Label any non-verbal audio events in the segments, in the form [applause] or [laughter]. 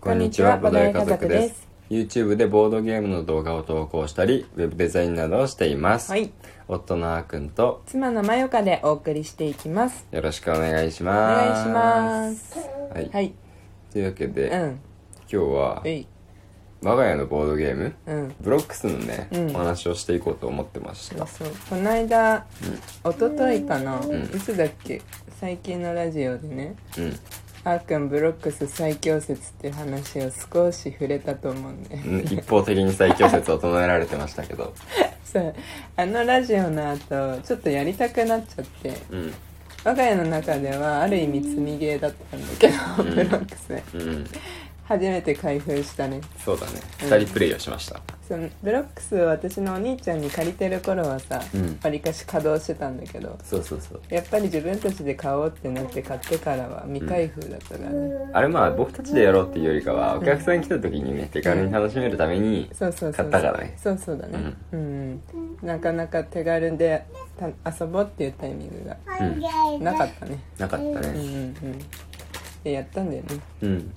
こんにちは、ボボドドゲゲ家家族族でですす。 YouTube でボードゲームの動画を投稿したり、ウェブデザインなどをしています。はい夫のあーくんと、妻のまよかでお送りしていきますよろしくお願いしお願います。しますはい。はいというわけで、う今ん日はう、い我が家のボードゲーム、うんブロックスのね、うんお話をしていこうと思ってましそうた。そうこの間、一昨日かな、んいつだっけ最近のラジオでねうん。あーくんブロックス最強説っていう話を少し触れたと思うんで、うん一方的に最強説を唱えられてましたけど、そうあのラジオの後ちょっとやりたくなっちゃってうん。我が家の中ではある意味積みゲーだったんだけど、うんブロックスねうん。初めて開封したねそうだね。うん二人プレイをしました。そのブロックスを私のお兄ちゃんに借りてる頃はさうんわり、かし稼働してたんだけどそうそうそう。やっぱり自分たちで買おうってなって買ってからは未開封だったからね、あれまあ僕たちでやろうっていうよりかはお客さん来た時にね手軽に楽しめるためにそうそうそうそ買うったからねそうそうだねうん、なかなか手軽でた遊ぼうっていうタイミングがうんなかったねなかったうんうんねうんでやったんだよねうん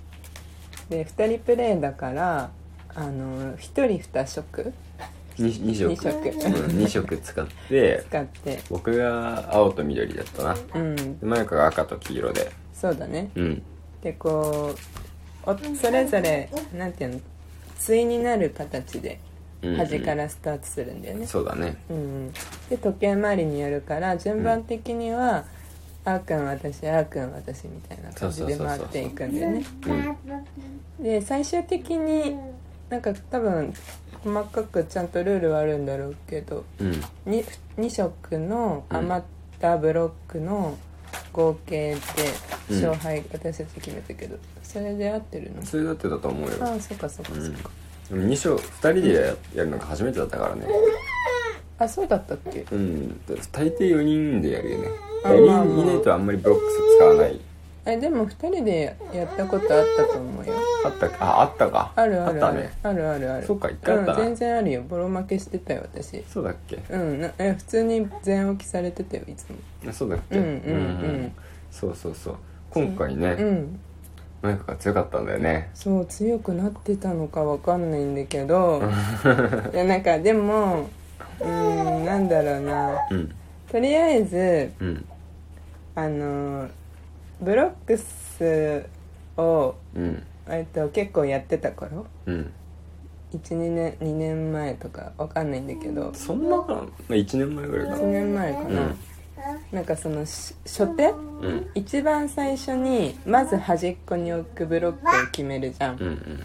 で2人プレイだからあの1人2色 2, 色二色うん、2色使って使って僕が青と緑だったなうんでマヨカが赤と黄色でそうだねうんでこうおそれぞれなんていうの対になる形でうんうん端からスタートするんだよね、そうだねうんうん、で時計回りにやるから順番的には、あーくん私あーくん私みたいな感じでそうそうそう回そうっていくんだよねうんで最終的になんか多分細かくちゃんとルールはあるんだろうけどうん 2, 2色の余ったブロックの合計で勝敗、私たち決めたけどそれで合ってるのそれだってだと思うよああそっかそっかそっか、でも2色2人でややるのが初めてだったからねあそうだったっけうん大抵4人でやるよねあまあ4人いないとあんまりブロックス使わないえでも2人でやったことあったと思うよあったかああったかあるあっるたあるねあるあるあるそっか一回あったなうん、全然あるよボロ負けしてたよ私そうだっけうんなえ普通に全置きされてたよいつもあそうだっけうんうんうんそうそうそう今回ね、うんマイカが強かったんだよねそう強くなってたのかわかんないんだけ [laughs] どいやなんかでもうんなんだろうなうんとりあえずうんあのブロックスを、うんえっと、結構やってた頃うん12年2年前とかわかんないんだけどそんなかな、まあ、1年前ぐらいか1な年前かな、うんなんかそのし初手うん一番最初にまず端っこに置くブロックを決めるじゃん、うんうん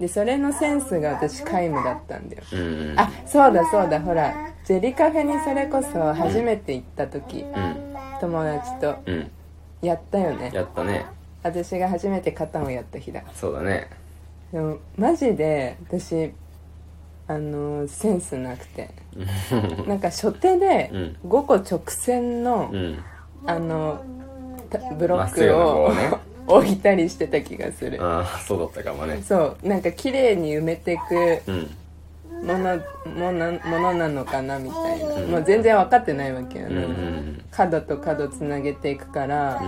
でそれのセンスが私皆無だったんだようんうんあそうだそうだほらジェリカフェにそれこそ初めて行った時、うん友達とうんやったよねやったね私が初めて肩をやった日だそうだねでもマジで私あのセンスなくてなんか初手でうん5個直線の、うんあのたブロまッっすぐクのを棒ね [laughs] 置いたりしてた気がするああそうだったかもねそうなんか綺麗に埋めていくうんものものものなのかなみたいな、もう全然分かってないわけようんうね、ん角と角つなげていくから、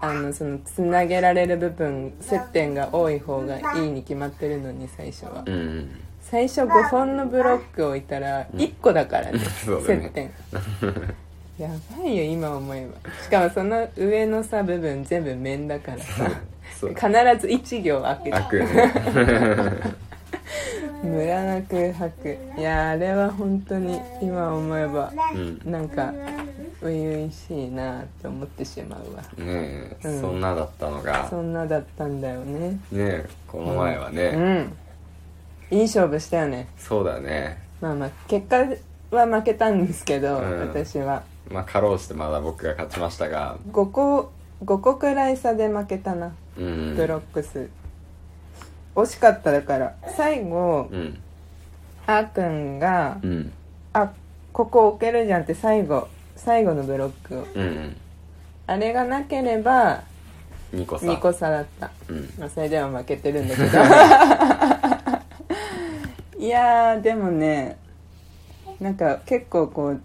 あのそのつなげられる部分接点が多い方がいいに決まってるのに最初はうんうん最初5本のブロック置いたら1個だからね、 [laughs] そうだ接ね点やばいよ今思えばしかもその上のさ部分全部面だからさそう必ず1行開けて開くよねムラなく吐くいやあれは本当に今思えばうんなんか初々しいなって思ってしまうわねえ、うんそんなだったのがそんなだったんだよねねえこの前はね、うんいい勝負したよねそうだねまあまあ結果は負けたんですけど、うん私はまあかろうしてまだ僕が勝ちましたが5個5個くらい差で負けたなうんブロックス、惜しかっただから最後うんあーくんがうん「あここ置けるじゃん」って最後最後のブロックをうんうんあれがなければ2個さ2個差だった、うんまあ、それでは負けてるんだ [laughs] けどいやーでもねなんか結構こう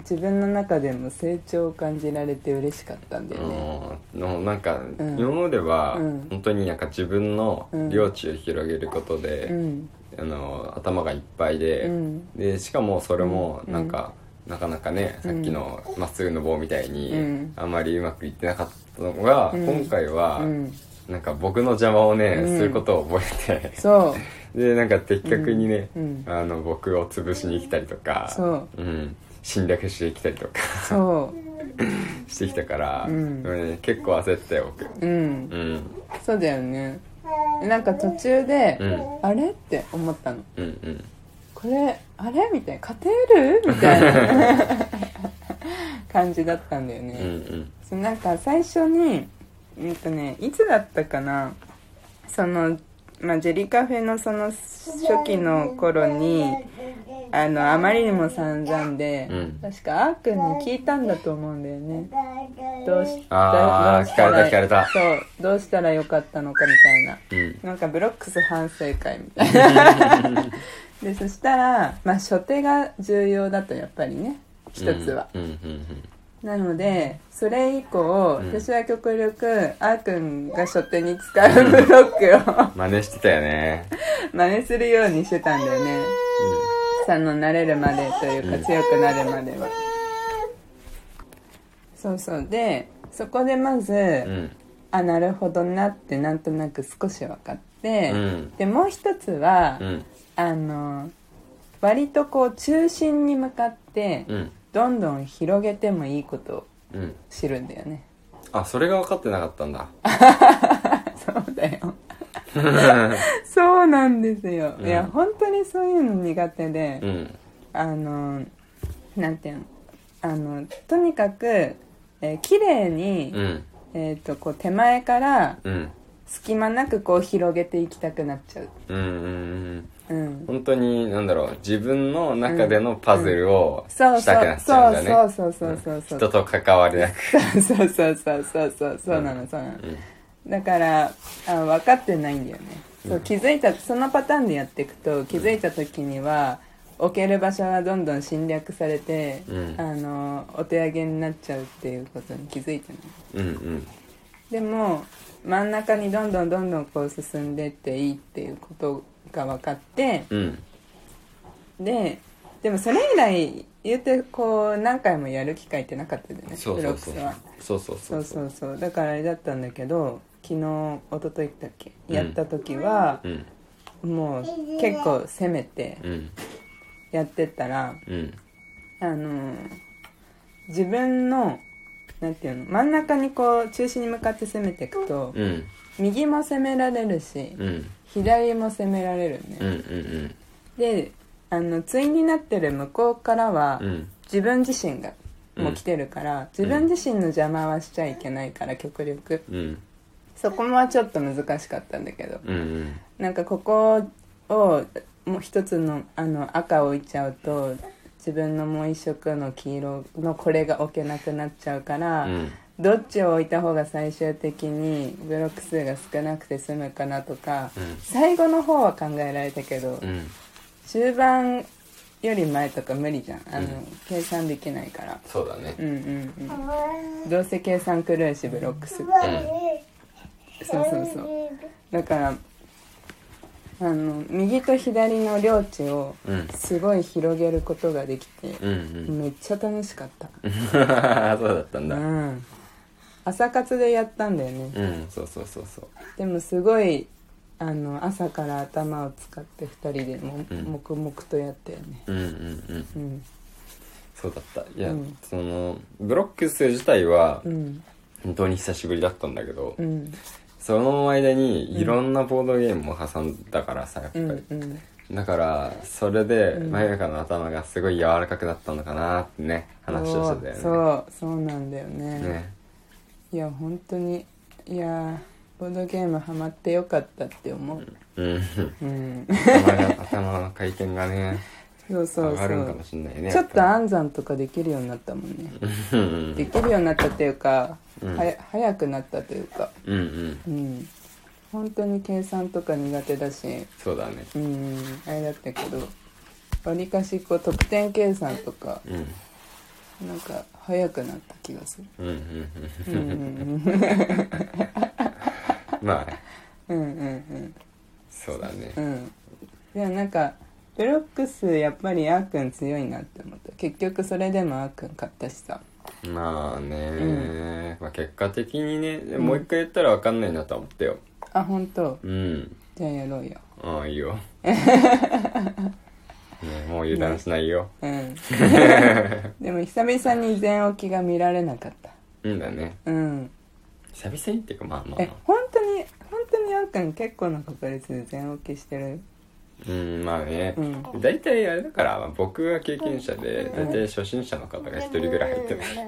自分の中でも成長を感じられて嬉しかったんだよねうんのなんか、ん今までは、うん本当になんか自分のうん領地を広げることで、うんあの頭がいっぱいで、うんでしかもそれもうんなんか、なかなかねさっきのまっすぐの棒みたいに、うんあんまりうまくいってなかったのが、うん今回は、うんなんか僕の邪魔をね、うんすることを覚 [laughs] えてそうでなんか的確にね、うんあの僕を潰しに来たりとかそううん、侵略してきたりとか [laughs] そしてきたから、うんでもね結構焦ったよ僕ううんうんそうだよねなんか途中で、うんあれって思ったのうんうんこれあれみたいな勝てるみたいな感じだったんだようんうね、んそうなんか最初にうんとねいつだったかなその、まあ、ジェリカフェのその初期の頃にあのあまりにも散々で、うん確かあーくんに聞いたんだと思うんだよねどうしあどーうしたら聞かれた聞そうどうしたらよかったのかみたいなうんなんかブロックス反省会みたいな [laughs] でそしたら、まあ、初手が重要だとやっぱりね一つは、うんうんうんなのでそれ以降、うん私は極力あーくんが初手に使うブロックを [laughs] うん真似してたよね、真似するようにしてたんだよねその慣れるまでといううかん強くなるまでは、そうそうでそこでまず、うんうんあなるほどなってなんとなく少し分かって、うんでもう一つは、うんあの割とこう中心に向かってうんどんどん広げてもいいことをうん知るんだよね [laughs] あそれが分かってなかったんだそうだよそうなんですよ、いやうん本当にそういうの苦手で、うんあのなんていうのあのとにかく、えー綺麗に、うんえー、とこう手前からうん隙間なくこう広げていきたくなっちゃううんうんうんうん本当に何だろう自分の中でのパズルをしそうたそうくなっちゃうんだね、そうそうそうそうそう人と関わりなくそうそうそうそうそうそうなのそうなの、だからあ分かってないんだよねそう気づいたそのパターンでやっていくと気づいた時には置ける場所がどんどん侵略されて、うんあのお手上げになっちゃうっていうことに気づいてないうんうんでも真ん中にどんどんどんどんこう進んでっていいっていうことが分かってうんででもそれ以来言うてこう何回もやる機会ってなかったじゃないそうブそロッうクスそうはそうそうそそううそそううそうだからあれだったんだけど昨日一昨日だっけうんやった時は、うんもう結構攻めてうんやってったらうんあのー自分のなんていうの真ん中にこう中心に向かって攻めていくと、うん右も攻められるし、うん左も攻められるね、うんうんであの対になってる向こうからは、うん自分自身がもう来てるから、自分自身の邪魔はしちゃいけないから極力うんそこもはちょっと難しかったんだけどうんうんなんかここをもう一つのあの赤を置いちゃうと自分のもう一色の黄色のこれが置けなくなっちゃうから、うんどっちを置いた方が最終的にブロック数が少なくて済むかなとか、うん最後の方は考えられたけど、うん中盤より前とか無理じゃんあの、うん計算できないからそうだねうんうんうんどうせ計算狂いしブロックスってそうそうそうだからあの右と左の領地をうんうんすごい広げることができて、うんうんめっちゃ楽しかった [laughs] そうだったんうだん朝活でやったんだよねうんそうそうそうそうでもすごいあの朝から頭を使って2人でも、うん黙々とやったよねうんうんうんうんそうだったいや、うんそのブロックス自体はうん本当に久しぶりだったんだけど、うんその間にいろんなボードゲームを挟んだからさやっぱうり、んうんだからそれでうんまゆかの頭がすごい柔らかくなったのかなってね話をしてたよねそうそうなんだよねねいや本当にいやーボードゲームハマってよかったって思ううんうん頭が頭の回転がねそう [laughs] そ上うそがるんかもうしんないねちょっとやぱ暗算とかできるようになったもんねりうんできるようになったっていうか、うんはや早くなったというかうんうんうん本当に計算とか苦手だしそうだねうんあれだったけどわりかしこう得点計算とかうんなんか早くなった気がするうんうんうんうんうんまあうんうんうんそうだねうんうんでもなんかブロックスやっぱりあーくん強いなって思った結局それでもあーくん勝ったしさまあね、うまあ、結果的にねでうんもう一回やったら分かんないなとは思ったよあ本当うんじゃあやろうよああい [laughs] いよねもう油断しないよ、うん [laughs] でも久々に全置きが見られなかったうんだねうん久々にっていうかまあまえあ本当に本当にあーくん結構な確率で全置きしてるうんまあね、うん大体あれだからまあ僕が経験者で大体初心者の方が一人ぐらい入ってます [laughs]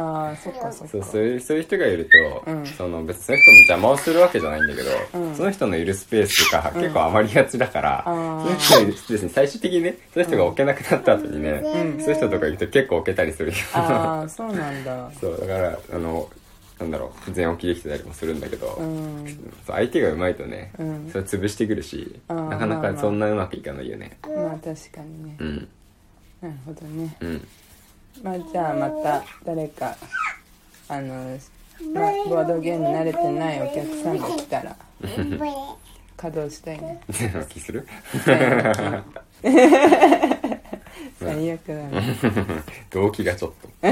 ああそっかそっかそうそういうそういう人がいると、うんその別にその人の邪魔をするわけじゃないんだけど、うんその人のいるスペースが結構余りがちだから、あーその人のいるスペースに最終的にねその人が置けなくなった後にね、うんそういう人とかいると結構置けたりするよああそうなんだ [laughs] そうだからあのなんだろう全置きできてたりもするんだけど、うんそう相手がうまいとね、うんそれ潰してくるしあーなかなまあまかあそんなうまくいかないよね、まあ確かにねうんなるほどねうん [laughs] まあじゃあまた誰かあの、まあ、ボードゲーム慣れてないお客さんが来たら稼働したいね全置きする [laughs] 最悪だね動機がちょっ [laughs] と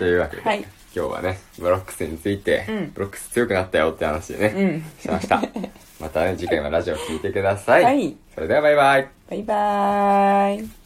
というわけで、はい今日はねブロックスについて、うんブロックス強くなったよって話でうね、んしました [laughs] またね次回もラジオ聞いてください、はいそれではバイバイバイバーイ